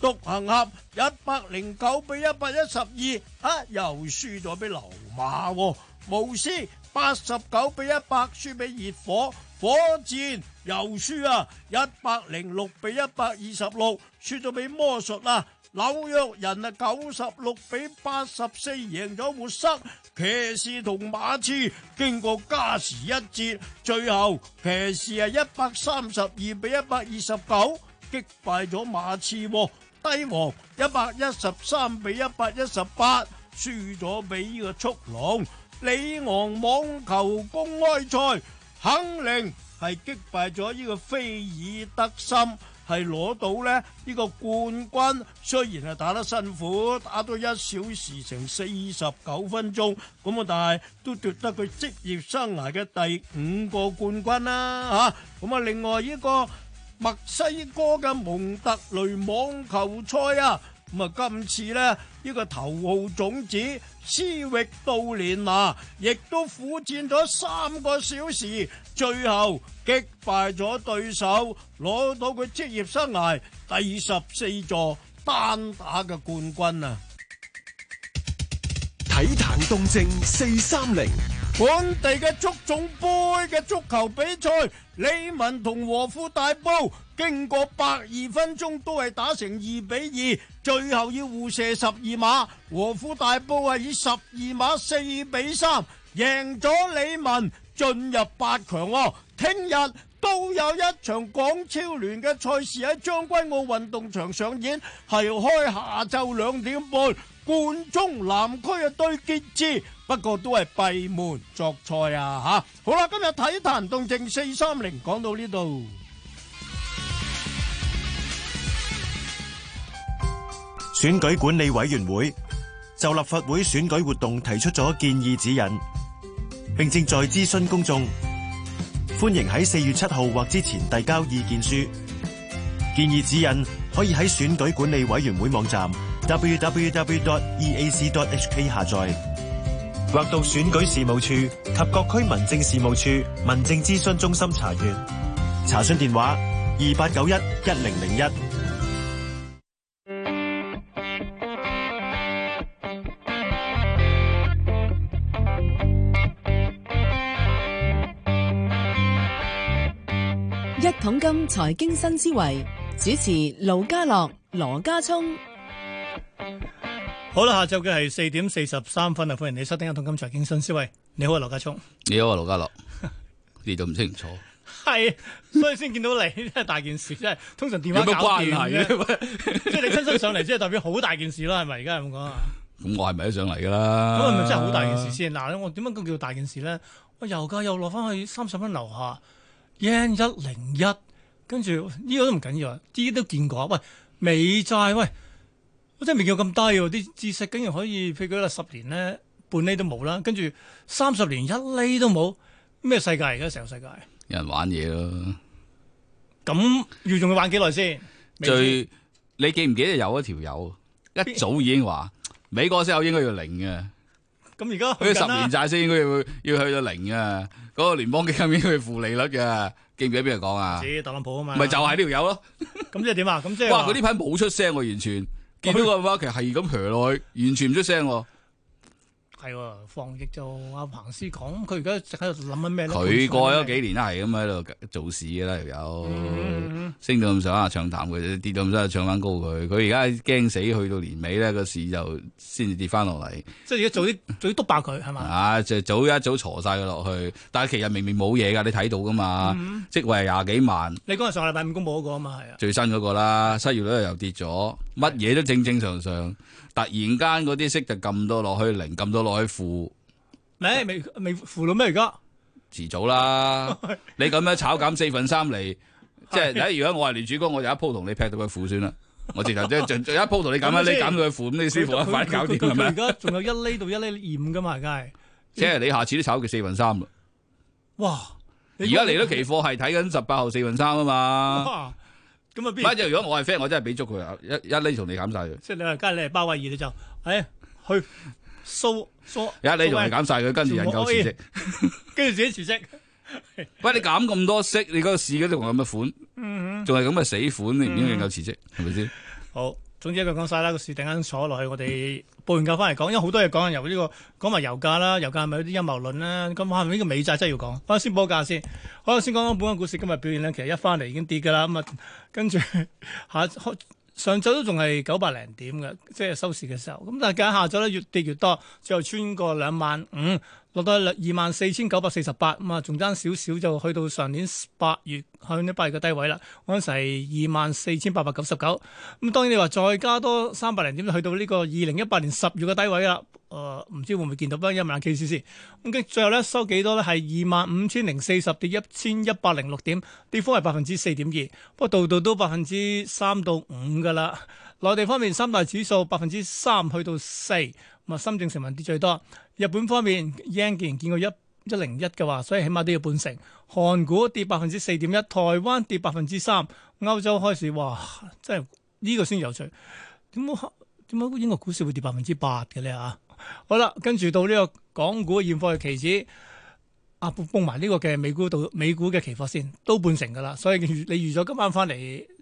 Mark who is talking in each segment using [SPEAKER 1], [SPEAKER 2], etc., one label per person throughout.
[SPEAKER 1] 獨行俠一百零九比一百一十二，啊又輸咗俾溜馬喎。巫師八十九比一百輸俾熱火，火箭又輸啊，一百零六比一百二十六輸咗俾魔術啊。紐約人啊九十六比八十四贏咗活塞，騎士同馬刺經過加時一戰，最後騎士啊一百三十二比一百二十九擊敗咗馬刺，低王一百一十三比一百一十八輸咗俾呢個速龍。里昂網球公開賽，肯寧係擊敗咗呢個菲爾德森。係攞到咧呢個冠軍，雖然係打得辛苦，打到一小時成四十九分鐘，咁啊，但係都奪得佢職業生涯嘅第五個冠軍啦嚇。咁啊，另外呢個墨西哥嘅蒙特雷網球賽啊，咁啊，今次咧呢個頭號種子斯域杜連娜，亦都苦戰咗三個小時，最後，擊敗咗對手，攞到佢職業生涯第十四座單打嘅冠軍啊！
[SPEAKER 2] 體壇動靜四三零，
[SPEAKER 1] 本地嘅足總杯嘅足球比賽，李文同和富大埔經過百二分鐘都係打成二比二，最後要互射十二碼，和富大埔係以十二碼四比三贏咗李文，進入八強喎。聽日都有一場港超聯嘅賽事喺將軍澳運動場上演，係開下晝兩點半，冠忠南區嘅對傑志，不過都係閉門作賽啊！嚇，好啦，今日體壇動靜四三零講到呢度。
[SPEAKER 3] 選舉管理委員會就立法會選舉活動提出咗建議指引，並正在諮詢公眾。歡迎喺四月七號或之前遞交意見書。建議指引可以喺選舉管理委員會網站 e www.eac.hk 下載，或到選舉事務處及各區民政事務處民政諮詢中心查閱。查詢電話：二八九一一零零一。
[SPEAKER 4] 統金財經新思維主持盧家樂、羅家聰，
[SPEAKER 5] 好啦，下晝嘅係四點四十三分啊！歡迎你收聽《一桶金財經新思維》。你好啊，羅家聰。
[SPEAKER 6] 你好啊，羅家樂。 你都唔清楚。
[SPEAKER 5] 係，所以先見到你， 真係大件事，真係通常電話搞掂嘅，即係你親身上嚟，即係代表好大件事啦，係咪？而家係咁講啊？
[SPEAKER 6] 咁我係咪都上嚟㗎啦？
[SPEAKER 5] 咁係咪真係好大件事先？嗱，我點樣咁叫大件事咧？我油價又落翻去三十蚊樓下。yen 一零一，跟住呢個都唔緊要啊，啲都見過。喂，美債喂，我真係未見過咁低喎，啲知識竟然可以，譬如舉例十年咧半厘都冇啦，跟住三十年一厘都冇，咩世界而家成個世界？
[SPEAKER 6] 有人玩嘢咯。
[SPEAKER 5] 咁要仲要玩幾耐先？
[SPEAKER 6] 最你記唔記得有一條友一早已經話美國息口應該要零嘅。
[SPEAKER 5] 咁而家
[SPEAKER 6] 佢十年債先應該要要去到零啊！嗰、那個聯邦基金應該要負利率嘅，記唔記得邊個講啊？
[SPEAKER 5] 知特朗普啊嘛，
[SPEAKER 6] 咪就係呢條友咯。
[SPEAKER 5] 咁即係點啊？咁即係
[SPEAKER 6] 哇！佢呢排冇出聲喎，完全見到個 market 係咁鋤落去，完全唔出聲喎。
[SPEAKER 5] 係喎，防疫就阿彭斯講，佢而家直喺度諗緊咩咧？
[SPEAKER 6] 佢過咗幾年啦，係咁喺度做事嘅啦，條友、嗯、升到咁上下唱淡佢，跌到咁上下唱翻高佢。佢而家驚死，去到年尾咧個市就先至跌翻落嚟。
[SPEAKER 5] 即係而家早啲早啲篤爆佢係嘛？
[SPEAKER 6] 啊，就早一早挫晒佢落去，但係其實明明冇嘢㗎，你睇到㗎嘛？嗯、職位係廿幾萬。
[SPEAKER 5] 你講係上禮拜五公佈嗰個啊嘛，係啊。
[SPEAKER 6] 最新嗰個啦，失業率又跌咗，乜嘢都正正常常。突然間嗰啲息就撳到落去零，撳到落去負，
[SPEAKER 5] 未未未負到咩而家？
[SPEAKER 6] 遲早 啦！你咁樣炒減四分三厘，即係哎如果我係聯儲局，我就一鋪同你劈到佢負算啦。我直頭 即係一鋪同你減啦，你減到佢負，咁你舒服啊，快搞掂係咪？
[SPEAKER 5] 而家仲有一厘到一厘二五噶嘛，梗係。
[SPEAKER 6] 即係你下次都炒佢四分三啦。
[SPEAKER 5] 哇！
[SPEAKER 6] 而家嚟到期貨係睇緊十八號四分三啊 嘛。
[SPEAKER 5] 咁啊！
[SPEAKER 6] 反正如果我係 friend，我真係俾足佢啊！一一厘同你減晒佢。
[SPEAKER 5] 即係你話，梗係你係鮑威爾，你就誒、哎、去掃掃。
[SPEAKER 6] 一厘同你減晒佢，跟住引咎辭職，
[SPEAKER 5] 跟住自己辭職。
[SPEAKER 6] 喂，你減咁多息，嗯你嗰個市嗰度仲咁嘅款，仲係咁嘅死款，你唔應該引咎辭職，係咪先？
[SPEAKER 5] 好。總之一句講晒啦，個市突然間坐落去，我哋報完價翻嚟講，因為好多嘢講，由呢、個講埋油價啦，油價係咪有啲陰謀論啦？咁係咪呢個美債真係要講？我先報價先。好，先講講本港股市今日表現咧，其實一翻嚟已經跌㗎啦，咁啊跟住下開上晝都仲係九百零點嘅，即係收市嘅時候。咁但係緊下晝咧越跌越多，最後穿過兩萬五，落到二萬四千九百四十八，咁啊仲爭少少就去到上年八月去年八月嘅低位啦。嗰陣時係二萬四千八百九十九。咁當然你話再加多三百零點，去到呢個二零一八年十月嘅低位啦。誒、唔知會唔會見到不過一萬 K 先先。咁跟最後咧收幾多咧？係二萬五千零四十跌一千一百零六點，跌幅係百分之四點二。不過度度都百分之三到五㗎啦。內地方面，三大指數百分之三去到四，咁啊深證成分跌最多。日本方面，yen 既然見過一一零一嘅話，所以起碼都要半成。韓股跌百分之四點一，台灣跌百分之三，歐洲開始哇，真係呢、個先有趣。點解點解英國股市會跌百分之八嘅啊咧嚇？好啦，跟住到呢個港股嘅現貨嘅期指。啊，崩埋呢個嘅美股度美股嘅期貨先，都半成㗎啦，所以你預你預咗今晚翻嚟，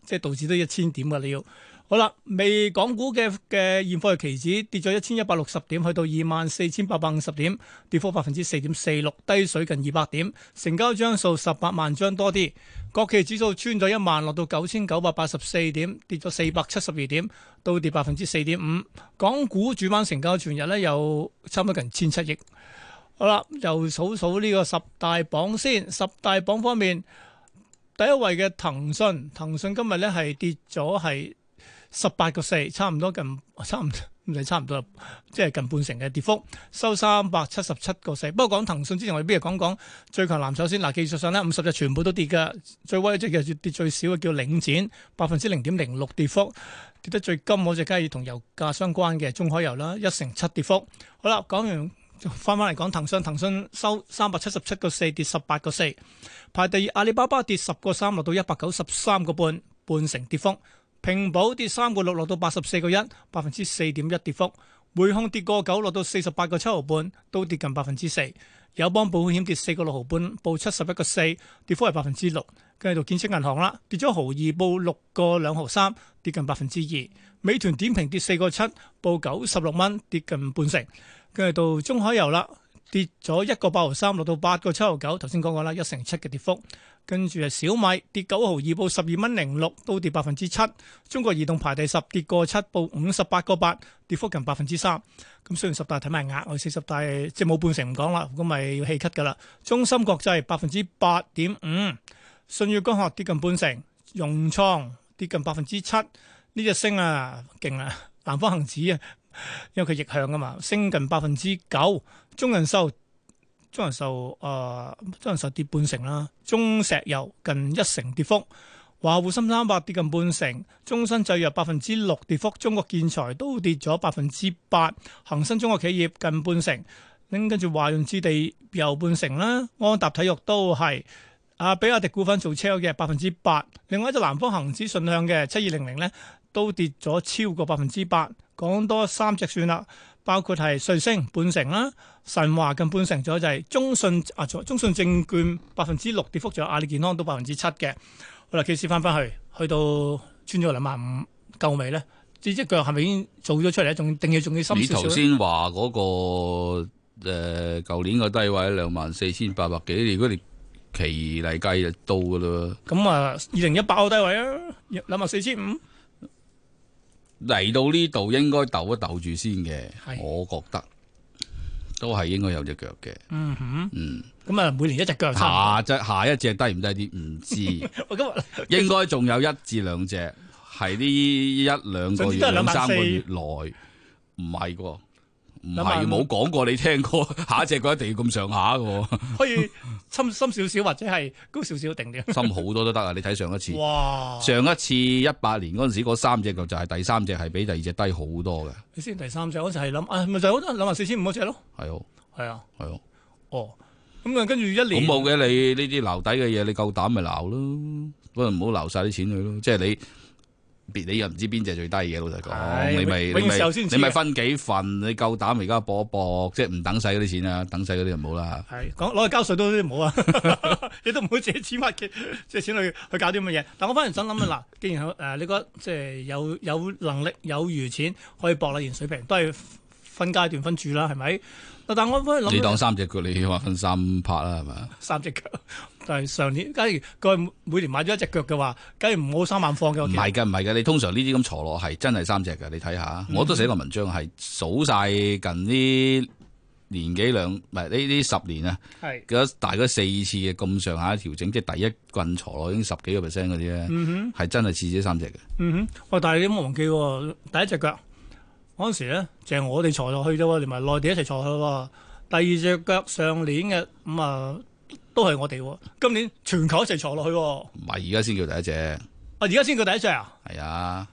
[SPEAKER 5] 即係道指都一千點㗎，你要好啦。美港股嘅嘅現貨期指跌咗一千一百六十點，去到二萬四千八百五十點，跌幅百分之四點四六，低水近二百點，成交張數十八萬張多啲。國企指數穿咗一萬，落到九千九百八十四點，跌咗四百七十二點，都跌百分之四點五。港股主板成交全日咧有差唔多近千七億。好啦，又數數呢個十大榜先。十大榜方面，第一位嘅騰訊，騰訊今日咧係跌咗係十八個四，差唔多近差唔唔係差唔多啦，即係近半成嘅跌幅，收三百七十七個四。不過講騰訊之前，我哋不如講講最強藍籌先。嗱，技術上咧，五十隻全部都跌嘅，最威即係跌最少嘅叫領展，百分之零點零六跌幅，跌得最金嗰只梗係同油價相關嘅中海油啦，一成七跌幅。好啦，講完。翻翻嚟講騰訊，騰訊收三百七十七個四，跌十八個四。排第二阿里巴巴跌十個三，落到一百九十三個半，半成跌幅。平保跌三個六，落到八十四個一，百分之四點一跌幅。匯控跌個九，落到四十八個七毫半，都跌近百分之四。友邦保險跌四個六毫半，報七十一個四，跌幅係百分之六。跟住到建設銀行啦，跌咗毫二，報六個兩毫三，跌近百分之二。美團點評跌四個七，報九十六蚊，跌近半成。跟住到中海油啦，跌咗一個八毫三，落到八個七毫九。頭先講過啦，一成七嘅跌幅。跟住係小米跌九毫二，報十二蚊零六，都跌百分之七。中國移動排第十，跌個七，報五十八個八，跌幅近百分之三。咁雖然十大睇埋額外四十大，即係冇半成唔講啦，咁咪要氣咳㗎啦。中芯國際百分之八點五，舜宇光學跌近半成，融創跌近百分之七。呢只升啊，勁啦！南方恒指啊，因為佢逆向啊嘛，升近百分之九。中人壽，中人壽啊、中人壽跌半成啦。中石油近一成跌幅，華滬深三百跌近半成，中生製藥百分之六跌幅，中國建材都跌咗百分之八，恒生中國企業近半成，咁跟住華潤置地又半成啦，安踏體育都係。啊，比亞迪股份做車嘅百分之八，另外一隻南方恒指順向嘅七二零零咧都跌咗超過百分之八，講多三隻算啦，包括係瑞聲半成啦，神華近半成咗就係中信啊，中信證券百分之六跌幅，仲有阿里健康都百分之七嘅。好啦，期市翻翻去，去到穿咗兩萬五，夠未咧？呢只腳係咪已經做咗出嚟咧？仲定要仲要深
[SPEAKER 6] 你
[SPEAKER 5] 少少
[SPEAKER 6] 頭
[SPEAKER 5] 呢
[SPEAKER 6] 先話嗰個誒舊年個低位兩萬四千八百幾，如果你期嚟計就到噶啦，
[SPEAKER 5] 咁啊，二零一八個低位啊，兩萬四千五。
[SPEAKER 6] 嚟到呢度應該鬥一鬥住先嘅
[SPEAKER 5] 係，
[SPEAKER 6] 我覺得都係應該有隻腳嘅。
[SPEAKER 5] 嗯哼，
[SPEAKER 6] 嗯，
[SPEAKER 5] 咁啊，每年一隻腳差唔
[SPEAKER 6] 下隻下一隻低唔低啲唔知，
[SPEAKER 5] 多。啊我今日。
[SPEAKER 6] 應該仲有一至兩隻係呢一兩個
[SPEAKER 5] 總之
[SPEAKER 6] 月
[SPEAKER 5] 都係兩
[SPEAKER 6] 兩
[SPEAKER 5] 萬
[SPEAKER 6] 三個
[SPEAKER 5] 四
[SPEAKER 6] 月內，唔係喎，唔
[SPEAKER 5] 兩
[SPEAKER 6] 係
[SPEAKER 5] 萬五
[SPEAKER 6] 冇講過你聽過， 下一隻佢一定要咁上下嘅喎。
[SPEAKER 5] 可以深深少少或者係高少少定啲。
[SPEAKER 6] 深好多都得啊！你睇上一次，
[SPEAKER 5] 哇！
[SPEAKER 6] 上一次一八年嗰陣時，嗰三隻腳就係第三隻係比第二隻低好多嘅，
[SPEAKER 5] 你先第三隻嗰陣係諗，啊咪就係嗰陣兩萬四千五嗰只咯，
[SPEAKER 6] 係哦，
[SPEAKER 5] 係啊，
[SPEAKER 6] 係哦。
[SPEAKER 5] 哦，咁啊跟住一
[SPEAKER 6] 咁
[SPEAKER 5] 年
[SPEAKER 6] 冇嘅，你呢啲撈底嘅嘢，你夠膽咪撈咯，不過唔好撈晒啲錢去咯。即係你別你又唔知邊只最低嘅，老
[SPEAKER 5] 係
[SPEAKER 6] 實講，你咪
[SPEAKER 5] 永
[SPEAKER 6] 你
[SPEAKER 5] 永遠時候
[SPEAKER 6] 咪
[SPEAKER 5] 先知嘅啊
[SPEAKER 6] 你咪分幾份，你夠膽而家搏一搏，即係唔等使嗰啲錢啊，等使嗰啲就唔好啦。
[SPEAKER 5] 係講攞去交税都唔好啊， 你都唔好借錢或者 借錢去去搞啲咁嘅嘢。但我反而想諗啊， 嗱，既然誒、呃你覺得即係有有能力有餘錢可以搏啦，現水平都係分階段分住啦，係咪？但但我反而諗
[SPEAKER 6] 你當三隻腳，你話分三拍啦，係咪啊？
[SPEAKER 5] 三隻腳， 但係上年假如佢每年買咗一隻腳嘅話，梗係唔好三萬放嘅。我
[SPEAKER 6] 唔
[SPEAKER 5] 記得
[SPEAKER 6] 係㗎，唔係㗎，你通常呢啲咁坐落係真係三隻㗎，你睇下，
[SPEAKER 5] 嗯
[SPEAKER 6] 我都寫過文章係數晒近呢年幾兩，唔係呢呢十年啊，
[SPEAKER 5] 係
[SPEAKER 6] 嗰大概四次嘅咁上下調整，即係第一棍坐落已經十幾個 percent 嗰啲咧，係、真係似自己三隻嘅。
[SPEAKER 5] 嗯哼，喂，但係你唔好忘記喎，第一隻腳嗰陣時咧，就係我哋坐落去啫喎，連埋內地一齊坐落去喎。第二隻腳上年嘅咁啊，都係我哋喎。今年全球一齊坐落去喎。啊
[SPEAKER 6] 唔係而家先叫第一隻，
[SPEAKER 5] 啊，而家先叫第一隻啊？
[SPEAKER 6] 係啊，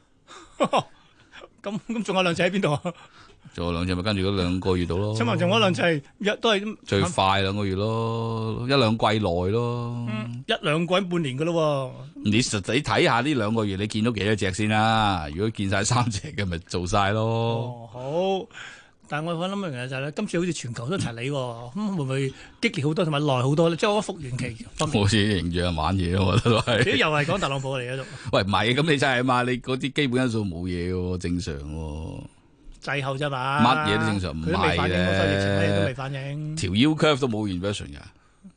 [SPEAKER 5] 咁 咁仲有兩隻喺邊度啊？
[SPEAKER 6] 哦做兩隻咪跟住嗰兩個月到咯。
[SPEAKER 5] 請問仲有兩隻係一都係
[SPEAKER 6] 最快兩個月咯，一兩季內咯。
[SPEAKER 5] 一兩個人半年嘅咯
[SPEAKER 6] 你實際睇下呢兩個月你見到幾多隻先啦。如果見晒三隻嘅，咪做晒
[SPEAKER 5] 喎。
[SPEAKER 6] 咯。
[SPEAKER 5] 哦，好。但係我諗一樣嘢就係咧，今次好似全球都一齊 嚟喎，咁會唔會激烈好多同埋耐好多咧？即係我覺得復原 期方面，
[SPEAKER 6] 好似形象玩嘢，我覺得都
[SPEAKER 5] 咦
[SPEAKER 6] 係。
[SPEAKER 5] 又係講特朗普嚟嗰度。
[SPEAKER 6] 喂，唔係咁你真係嘛？你嗰啲基本因素冇嘢喎，正常喎。
[SPEAKER 5] 滯後啫嘛，
[SPEAKER 6] 乜嘢都正常唔係
[SPEAKER 5] 佢都未反應，嗰個
[SPEAKER 6] 嘅
[SPEAKER 5] 疫情乜嘢都未反應。
[SPEAKER 6] 條 U curve 都冇 inversion
[SPEAKER 5] 啊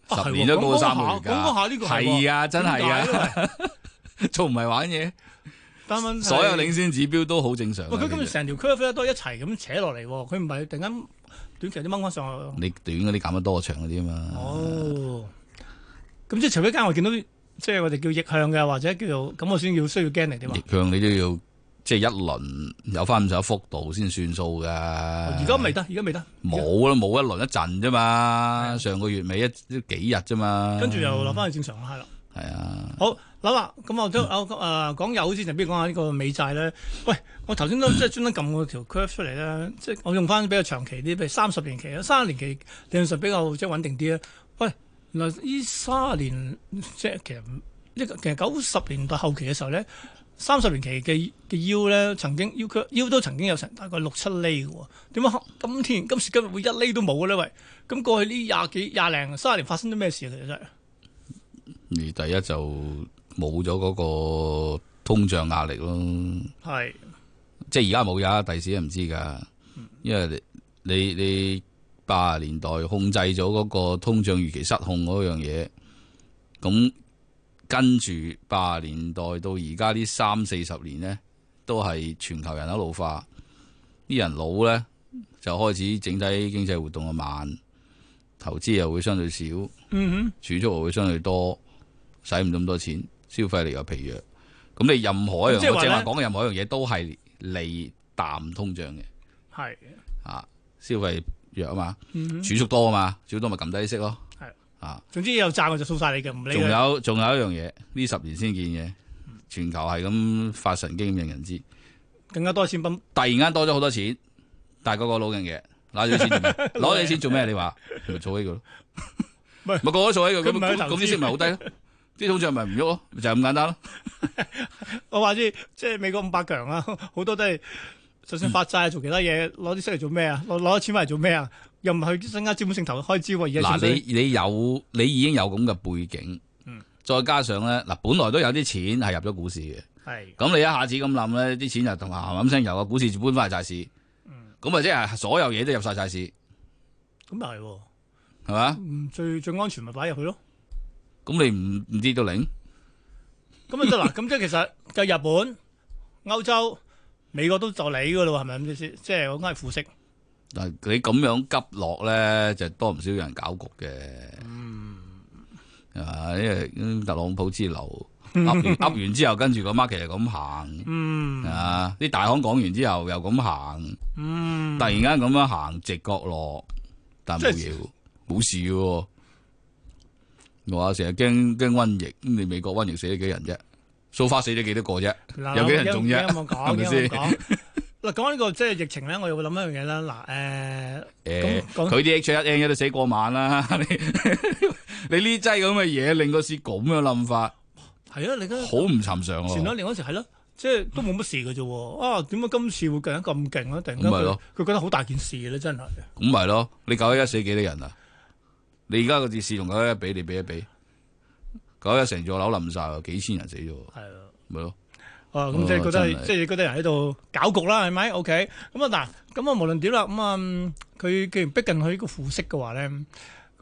[SPEAKER 6] 㗎，十年都高過三個月
[SPEAKER 5] 係喎講講下講講下呢
[SPEAKER 6] 㗎。
[SPEAKER 5] 個係喎
[SPEAKER 6] 係啊，真係
[SPEAKER 5] 點解
[SPEAKER 6] 啊，
[SPEAKER 5] 咧 喂
[SPEAKER 6] 仲唔係玩嘢？
[SPEAKER 5] 但問題
[SPEAKER 6] 所有領先指標都好正常啊。
[SPEAKER 5] 喂，佢今
[SPEAKER 6] 其
[SPEAKER 5] 日
[SPEAKER 6] 實
[SPEAKER 5] 成條 curve 咧都一齊咁扯落嚟喎，佢唔係突然間短期啲掹翻上去。
[SPEAKER 6] 你短嗰啲減得多，長嗰啲啊嘛。
[SPEAKER 5] 哦，咁即係除非間我見到即係我哋叫逆向嘅，或者叫做咁，我先要需要驚你點啊
[SPEAKER 6] 逆？向你都要即係一輪有翻咁上下幅度先算數㗎。而
[SPEAKER 5] 哦而家未得，而家未得，
[SPEAKER 6] 冇啦，冇一輪一陣啫嘛。上個月尾一幾日啫嘛。
[SPEAKER 5] 啊跟住又落翻去正常啦，係啦。
[SPEAKER 6] 係啊，
[SPEAKER 5] 好諗啦，咁我 都我誒講有先，就不如講下呢個美債咧。喂，我頭先 都即係專登撳個條 curve 出嚟咧，即係我用翻比較長期啲，譬如三十年期啦，三十年期理論上比較即係穩定啲啦。喂，原來呢三十年即係其實呢個其實九十年代後期嘅時候咧，三十年期嘅嘅腰咧曾經腰 curve 腰都曾經有成大概六七厘嘅喎，點解今天今時今日會一厘都冇嘅咧？喂，咁過去呢廿幾廿零三十年發生咗咩事啊？其實真係。
[SPEAKER 6] 而第一就冇咗嗰個通脹壓力咯。
[SPEAKER 5] 係
[SPEAKER 6] 即係而家冇呀，第時都唔知㗎。因為你你你八十年代控制咗嗰個通脹預期失控嗰樣嘢，咁跟住八十年代到而家呢三四十年呢，都係全球人口老化，啲人老呢，就開始整體經濟活動啊慢，投資又會相對少，儲
[SPEAKER 5] 嗯
[SPEAKER 6] 蓄又會相對多，使唔到咁多錢，消費力又疲弱。咁你任何一樣，
[SPEAKER 5] 咁即係
[SPEAKER 6] 我
[SPEAKER 5] 話
[SPEAKER 6] 正
[SPEAKER 5] 呢
[SPEAKER 6] 話講嘅任何一樣嘢都係利淡通脹嘅。
[SPEAKER 5] 哼，係。
[SPEAKER 6] 啊，消費弱啊嘛，
[SPEAKER 5] 嗯
[SPEAKER 6] 儲蓄多啊嘛，儲蓄多咪撳低啲息咯。
[SPEAKER 5] 係
[SPEAKER 6] 啊，
[SPEAKER 5] 總之有賺我就掃晒你嘅，唔理
[SPEAKER 6] 仲
[SPEAKER 5] 佢。
[SPEAKER 6] 有仲有一樣嘢，呢十年先見嘅，全球係咁發神經咁人人知，
[SPEAKER 5] 更加多錢泵，
[SPEAKER 6] 突然間多咗好多錢，但係個個老勁嘢，攞咗啲錢 做咩？攞咗啲錢做咩？你話咪儲喺度咯，
[SPEAKER 5] 唔
[SPEAKER 6] 咪
[SPEAKER 5] 係
[SPEAKER 6] 個個儲喺度，
[SPEAKER 5] 佢唔
[SPEAKER 6] 咁
[SPEAKER 5] 係去
[SPEAKER 6] 咁
[SPEAKER 5] 投資
[SPEAKER 6] 咁啲息咪好低咯，啲通脹咪唔喐咯，就係咁簡單 咯。
[SPEAKER 5] 我話知，即係美國五百強啊， 好多都係就算發債啊做其他嘢，攞啲息嚟做咩啊？攞攞啲錢翻嚟做咩啊？又唔去增加資本性投入開支喎，而家純
[SPEAKER 6] 嗱，
[SPEAKER 5] 粹
[SPEAKER 6] 你你有你已經有咁嘅背景，
[SPEAKER 5] 嗯
[SPEAKER 6] 再加上咧嗱，本來都有啲錢係入咗股市嘅。
[SPEAKER 5] 係
[SPEAKER 6] 咁你一下子咁諗咧，啲錢就同埋冚聲由個股市搬翻去債市，咁啊即係所有嘢都入晒債市，
[SPEAKER 5] 咁又係喎
[SPEAKER 6] 係嘛？
[SPEAKER 5] 嗯，最最安全咪擺入去咯。
[SPEAKER 6] 咁你唔唔知道零？
[SPEAKER 5] 咁 啊得啦，咁即係其實就日本、歐洲、美國都就你嘅咯喎，係咪咁意思？即係我啱係負息。
[SPEAKER 6] 但係你咁樣急落咧，就多唔少有人搞局嘅。
[SPEAKER 5] 嗯
[SPEAKER 6] 係嘛？因為嗯特朗普之流 噏完噏完之後，跟住個 market 就咁行，
[SPEAKER 5] 嗯
[SPEAKER 6] 啊！啲大行講完之後又咁行，
[SPEAKER 5] 嗯，
[SPEAKER 6] 突然間咁樣行直角落，但冇嘢喎，冇事嘅喎。我話成日驚驚瘟疫，咁你美國瘟疫死咗幾人啫？蘇花死咗幾多個啫？
[SPEAKER 5] 嗱
[SPEAKER 6] 有幾人中啫
[SPEAKER 5] 有冇講？
[SPEAKER 6] 係咪
[SPEAKER 5] 有冇
[SPEAKER 6] 先
[SPEAKER 5] 講？ 嗱，講呢個即係疫情咧，我又會諗一樣嘢啦。嗱，誒。
[SPEAKER 6] 誒，
[SPEAKER 5] 咁
[SPEAKER 6] 佢啲 H1N1 都死過萬啦。 你你呢劑咁嘅嘢令個市咁樣冧法，
[SPEAKER 5] 係啊，你而家
[SPEAKER 6] 好唔尋常
[SPEAKER 5] 前兩
[SPEAKER 6] 喎。
[SPEAKER 5] 年嗰時係咯，即係都冇乜事嘅啫喎。啊，點解今次會更加咁勁啊咧？突然間
[SPEAKER 6] 咁咪
[SPEAKER 5] 佢
[SPEAKER 6] 咯
[SPEAKER 5] 佢覺得好大件事咧，真係。
[SPEAKER 6] 咁咪咯，你九一一死幾多人啊？你而家個跌市同九一一比，你比一比，九一成座樓冧晒喎，幾千人死咗喎，
[SPEAKER 5] 係啊。
[SPEAKER 6] 咪咯。
[SPEAKER 5] 啊，咁即係覺得
[SPEAKER 6] 哦真係
[SPEAKER 5] 係，即係覺得人喺度搞局啦，係咪？OK，咁啊嗱，咁啊無論點啦，咁啊嗯佢既然逼近佢呢個負息嘅話咧，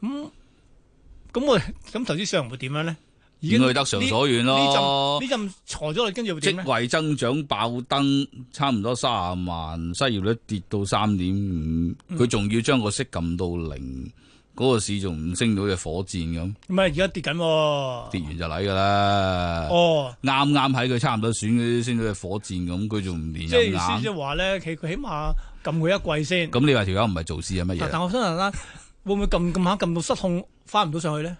[SPEAKER 5] 咁咁我咁投資上會點樣咧？已經
[SPEAKER 6] 應該得償所願咯
[SPEAKER 5] 呢呢陣呢陣挫咗落，跟住會點咧
[SPEAKER 6] 職？位增長爆燈，差唔多三十萬，失業率跌到三點五，
[SPEAKER 5] 嗯
[SPEAKER 6] 佢仲要將個息撳到零，嗰個市仲唔升到隻火箭咁，
[SPEAKER 5] 唔係而家跌緊喎，
[SPEAKER 6] 跌完啊就嚟噶啦。
[SPEAKER 5] 哦，
[SPEAKER 6] 啱啱喺佢差唔多選嗰啲升到隻火箭咁，佢仲唔連
[SPEAKER 5] 即係
[SPEAKER 6] 任
[SPEAKER 5] 意思即
[SPEAKER 6] 硬？
[SPEAKER 5] 係話咧，佢佢起碼撳佢一季先。
[SPEAKER 6] 咁你話條友唔係做事係乜
[SPEAKER 5] 但
[SPEAKER 6] 嘢？啊
[SPEAKER 5] 但我想問啦，會唔會撳撳下撳到失控，翻唔到上去咧？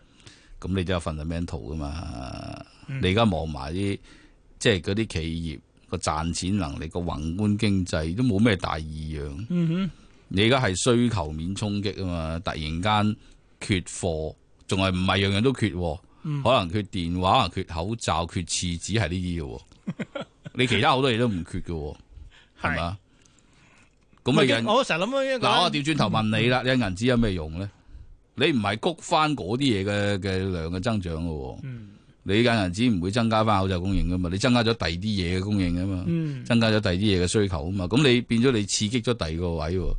[SPEAKER 6] 咁你都有 fundamental 噶嘛？
[SPEAKER 5] 嗯
[SPEAKER 6] 你而家望埋啲即係嗰啲企業個賺錢能力、個宏觀經濟都冇咩大異樣。
[SPEAKER 5] 嗯
[SPEAKER 6] 你而家係需求面衝擊啊嘛，突然間缺貨，仲係唔係樣樣都缺喎？
[SPEAKER 5] 嗯
[SPEAKER 6] 可能缺電話，可能缺口罩，缺廁紙係呢啲嘅喎。 你其他好多嘢都唔缺嘅喎，
[SPEAKER 5] 哼，
[SPEAKER 6] 係咪
[SPEAKER 5] 係。
[SPEAKER 6] 啊？
[SPEAKER 5] 唔
[SPEAKER 6] 咁啊，
[SPEAKER 5] 係
[SPEAKER 6] 人
[SPEAKER 5] 我成日諗一個
[SPEAKER 6] 嗱，我調轉頭問你啦，你銀紙有咩用咧？你唔係谷翻嗰啲嘢嘅嘅量嘅增長嘅喎，
[SPEAKER 5] 嗯
[SPEAKER 6] 你銀銀紙唔會增加翻口罩供應噶嘛，你增加咗第二啲嘢嘅供應噶嘛。
[SPEAKER 5] 嗯
[SPEAKER 6] 增加咗第二啲嘢嘅需求啊嘛，咁你變咗你刺激咗第二個位喎，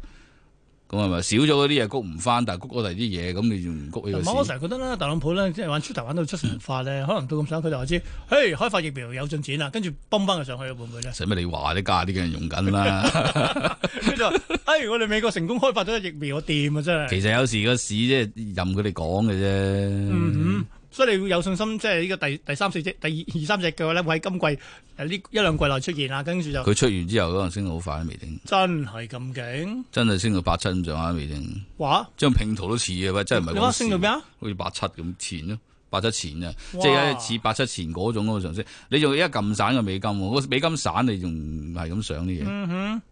[SPEAKER 6] 咁係咪少咗嗰啲嘢谷唔翻，但係谷咗第二啲嘢，咁你仲唔谷呢
[SPEAKER 5] 唔
[SPEAKER 6] 個
[SPEAKER 5] 係，我
[SPEAKER 6] 市？
[SPEAKER 5] 成日覺得咧，特朗普咧即係玩出頭玩到出神入化咧，可能到咁上下佢就話知，嘿，開發疫苗有進展啦，跟住崩翻佢上去會唔會
[SPEAKER 6] ？
[SPEAKER 5] 咧
[SPEAKER 6] 使乜你話啲家啲嘅人用 緊啦？
[SPEAKER 5] 跟住話，哎，我哋美國成功開發咗疫苗，我掂啊真係。
[SPEAKER 6] 其實有時個市即係任佢哋講嘅啫。
[SPEAKER 5] 嗯哼，所以你會有信心，即係呢個第第三四隻、第二二三隻嘅話咧，會喺今季誒呢一兩季內出現啦，跟住就
[SPEAKER 6] 佢出完之後可能升到好快都未定，
[SPEAKER 5] 真係咁勁，
[SPEAKER 6] 真係升到八七咁上下都未定，
[SPEAKER 5] 哇！
[SPEAKER 6] 張拼圖都似嘅喂，真係唔係
[SPEAKER 5] 你
[SPEAKER 6] 講
[SPEAKER 5] 話
[SPEAKER 6] 笑
[SPEAKER 5] 升到咩啊？
[SPEAKER 6] 好似八七咁前咯，八七前啊，即
[SPEAKER 5] 哇
[SPEAKER 6] 係似八七前嗰種嗰個上升。你仲一撳散個美金喎，個美金散你仲唔係咁上啲嘢？
[SPEAKER 5] 嗯哼，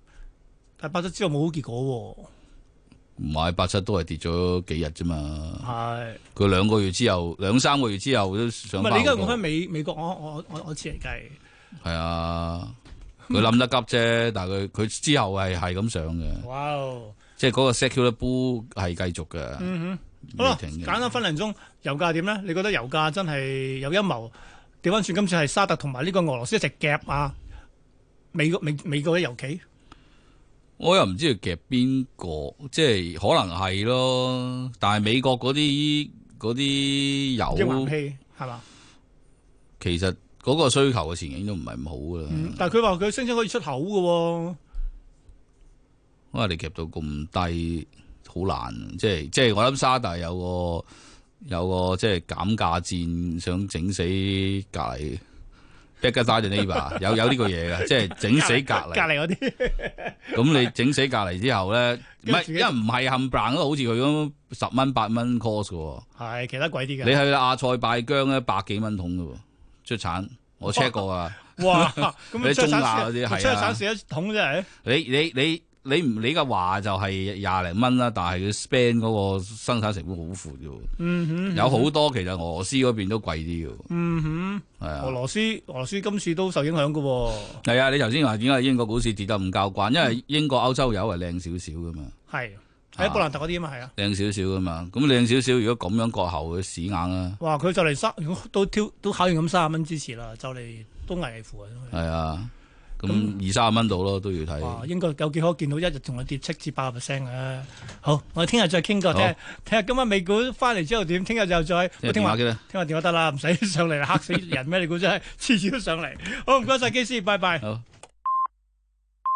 [SPEAKER 5] 但係八七之後冇好結果
[SPEAKER 6] 唔係八七都係跌咗幾日啫
[SPEAKER 5] 喎，
[SPEAKER 6] 嘛，
[SPEAKER 5] 係。
[SPEAKER 6] 佢兩個月之後，兩三個月之後都上
[SPEAKER 5] 唔
[SPEAKER 6] 翻
[SPEAKER 5] 係你而家
[SPEAKER 6] 好
[SPEAKER 5] 用翻
[SPEAKER 6] 多。
[SPEAKER 5] 美美國我我我我次嚟計，
[SPEAKER 6] 係啊，
[SPEAKER 5] 嗯
[SPEAKER 6] 佢冧得急啫，但係佢佢之後係係咁上嘅，
[SPEAKER 5] 哇哦！
[SPEAKER 6] 即係嗰個 secular bull 係繼續嘅，
[SPEAKER 5] 嗯哼，好
[SPEAKER 6] 未
[SPEAKER 5] 啦，
[SPEAKER 6] 停嘅
[SPEAKER 5] 簡單分零鐘，油價點咧？你覺得油價真係有陰謀？調翻轉今次係沙特同埋呢個俄羅斯一直夾啊，美國美美國嘅油企，
[SPEAKER 6] 我又唔知佢夾邊個，即係可能係咯，但係美國嗰啲嗰啲
[SPEAKER 5] 即係橫
[SPEAKER 6] 油
[SPEAKER 5] 氣係嘛？
[SPEAKER 6] 其實嗰個需求嘅前景都唔係咁好噶啦。
[SPEAKER 5] 嗯但係佢話佢聲稱可以出口嘅喎，
[SPEAKER 6] 哇！你夾到咁低，好難，啊即係即係我諗沙特有個有個即係減價戰，想整死隔離 back g a d n e i g h b o r 有有呢個嘢嘅，即係整死隔
[SPEAKER 5] 隔
[SPEAKER 6] 離。
[SPEAKER 5] 離嗰啲，
[SPEAKER 6] 咁你整死隔離之後咧，唔
[SPEAKER 5] 跟
[SPEAKER 6] 係
[SPEAKER 5] 住
[SPEAKER 6] 因為唔係冚唪唥都好似佢咁十蚊八蚊 cost 嘅喎。
[SPEAKER 5] 係其他貴啲
[SPEAKER 6] 你
[SPEAKER 5] 嘅。
[SPEAKER 6] 去亞塞拜疆咧，百幾蚊桶嘅喎，出產我 check 過啊。
[SPEAKER 5] 哇！咁
[SPEAKER 6] 你
[SPEAKER 5] 出
[SPEAKER 6] 中亞嗰
[SPEAKER 5] 產
[SPEAKER 6] 啲係啊
[SPEAKER 5] 出產市一桶真係，
[SPEAKER 6] 你你你你唔你嘅話就係廿零蚊啦，但係佢 span 嗰個生產成本好闊嘅喎。
[SPEAKER 5] 嗯哼，
[SPEAKER 6] 有好多其實俄羅斯嗰邊都貴啲嘅喎，
[SPEAKER 5] 嗯
[SPEAKER 6] 係
[SPEAKER 5] 哼，俄
[SPEAKER 6] 啊，
[SPEAKER 5] 羅斯俄羅斯今次都受影響嘅喎，
[SPEAKER 6] 係啊，你頭先話點解英國股市跌得咁交關，因
[SPEAKER 5] 嗯
[SPEAKER 6] 為英國歐洲油係靚少少噶嘛，
[SPEAKER 5] 係喺
[SPEAKER 6] 啊
[SPEAKER 5] 布蘭特嗰啲啊嘛，係啊。
[SPEAKER 6] 靚少少噶嘛，咁靚少少，如果咁樣割喉嘅屎硬啦，
[SPEAKER 5] 哇！佢就嚟三都挑都考完咁三十蚊支持啦，就嚟都危乎啊！
[SPEAKER 6] 係啊，咁二三十蚊到咯都要
[SPEAKER 5] 哇！
[SPEAKER 6] 睇，
[SPEAKER 5] 英國有幾可見到一日同佢跌七至八個 percent 嘅。好，我哋聽日再傾過，
[SPEAKER 6] 好
[SPEAKER 5] 聽日睇下今晚美股翻嚟之後點，聽日就再。
[SPEAKER 6] 即係
[SPEAKER 5] 聽
[SPEAKER 6] 電
[SPEAKER 5] 話
[SPEAKER 6] 話機啦，
[SPEAKER 5] 聽話電話得啦，唔使上嚟啦，嚇死人咩？你估真係次次都上嚟。好，唔該晒機師，拜拜。
[SPEAKER 6] 好，拜拜。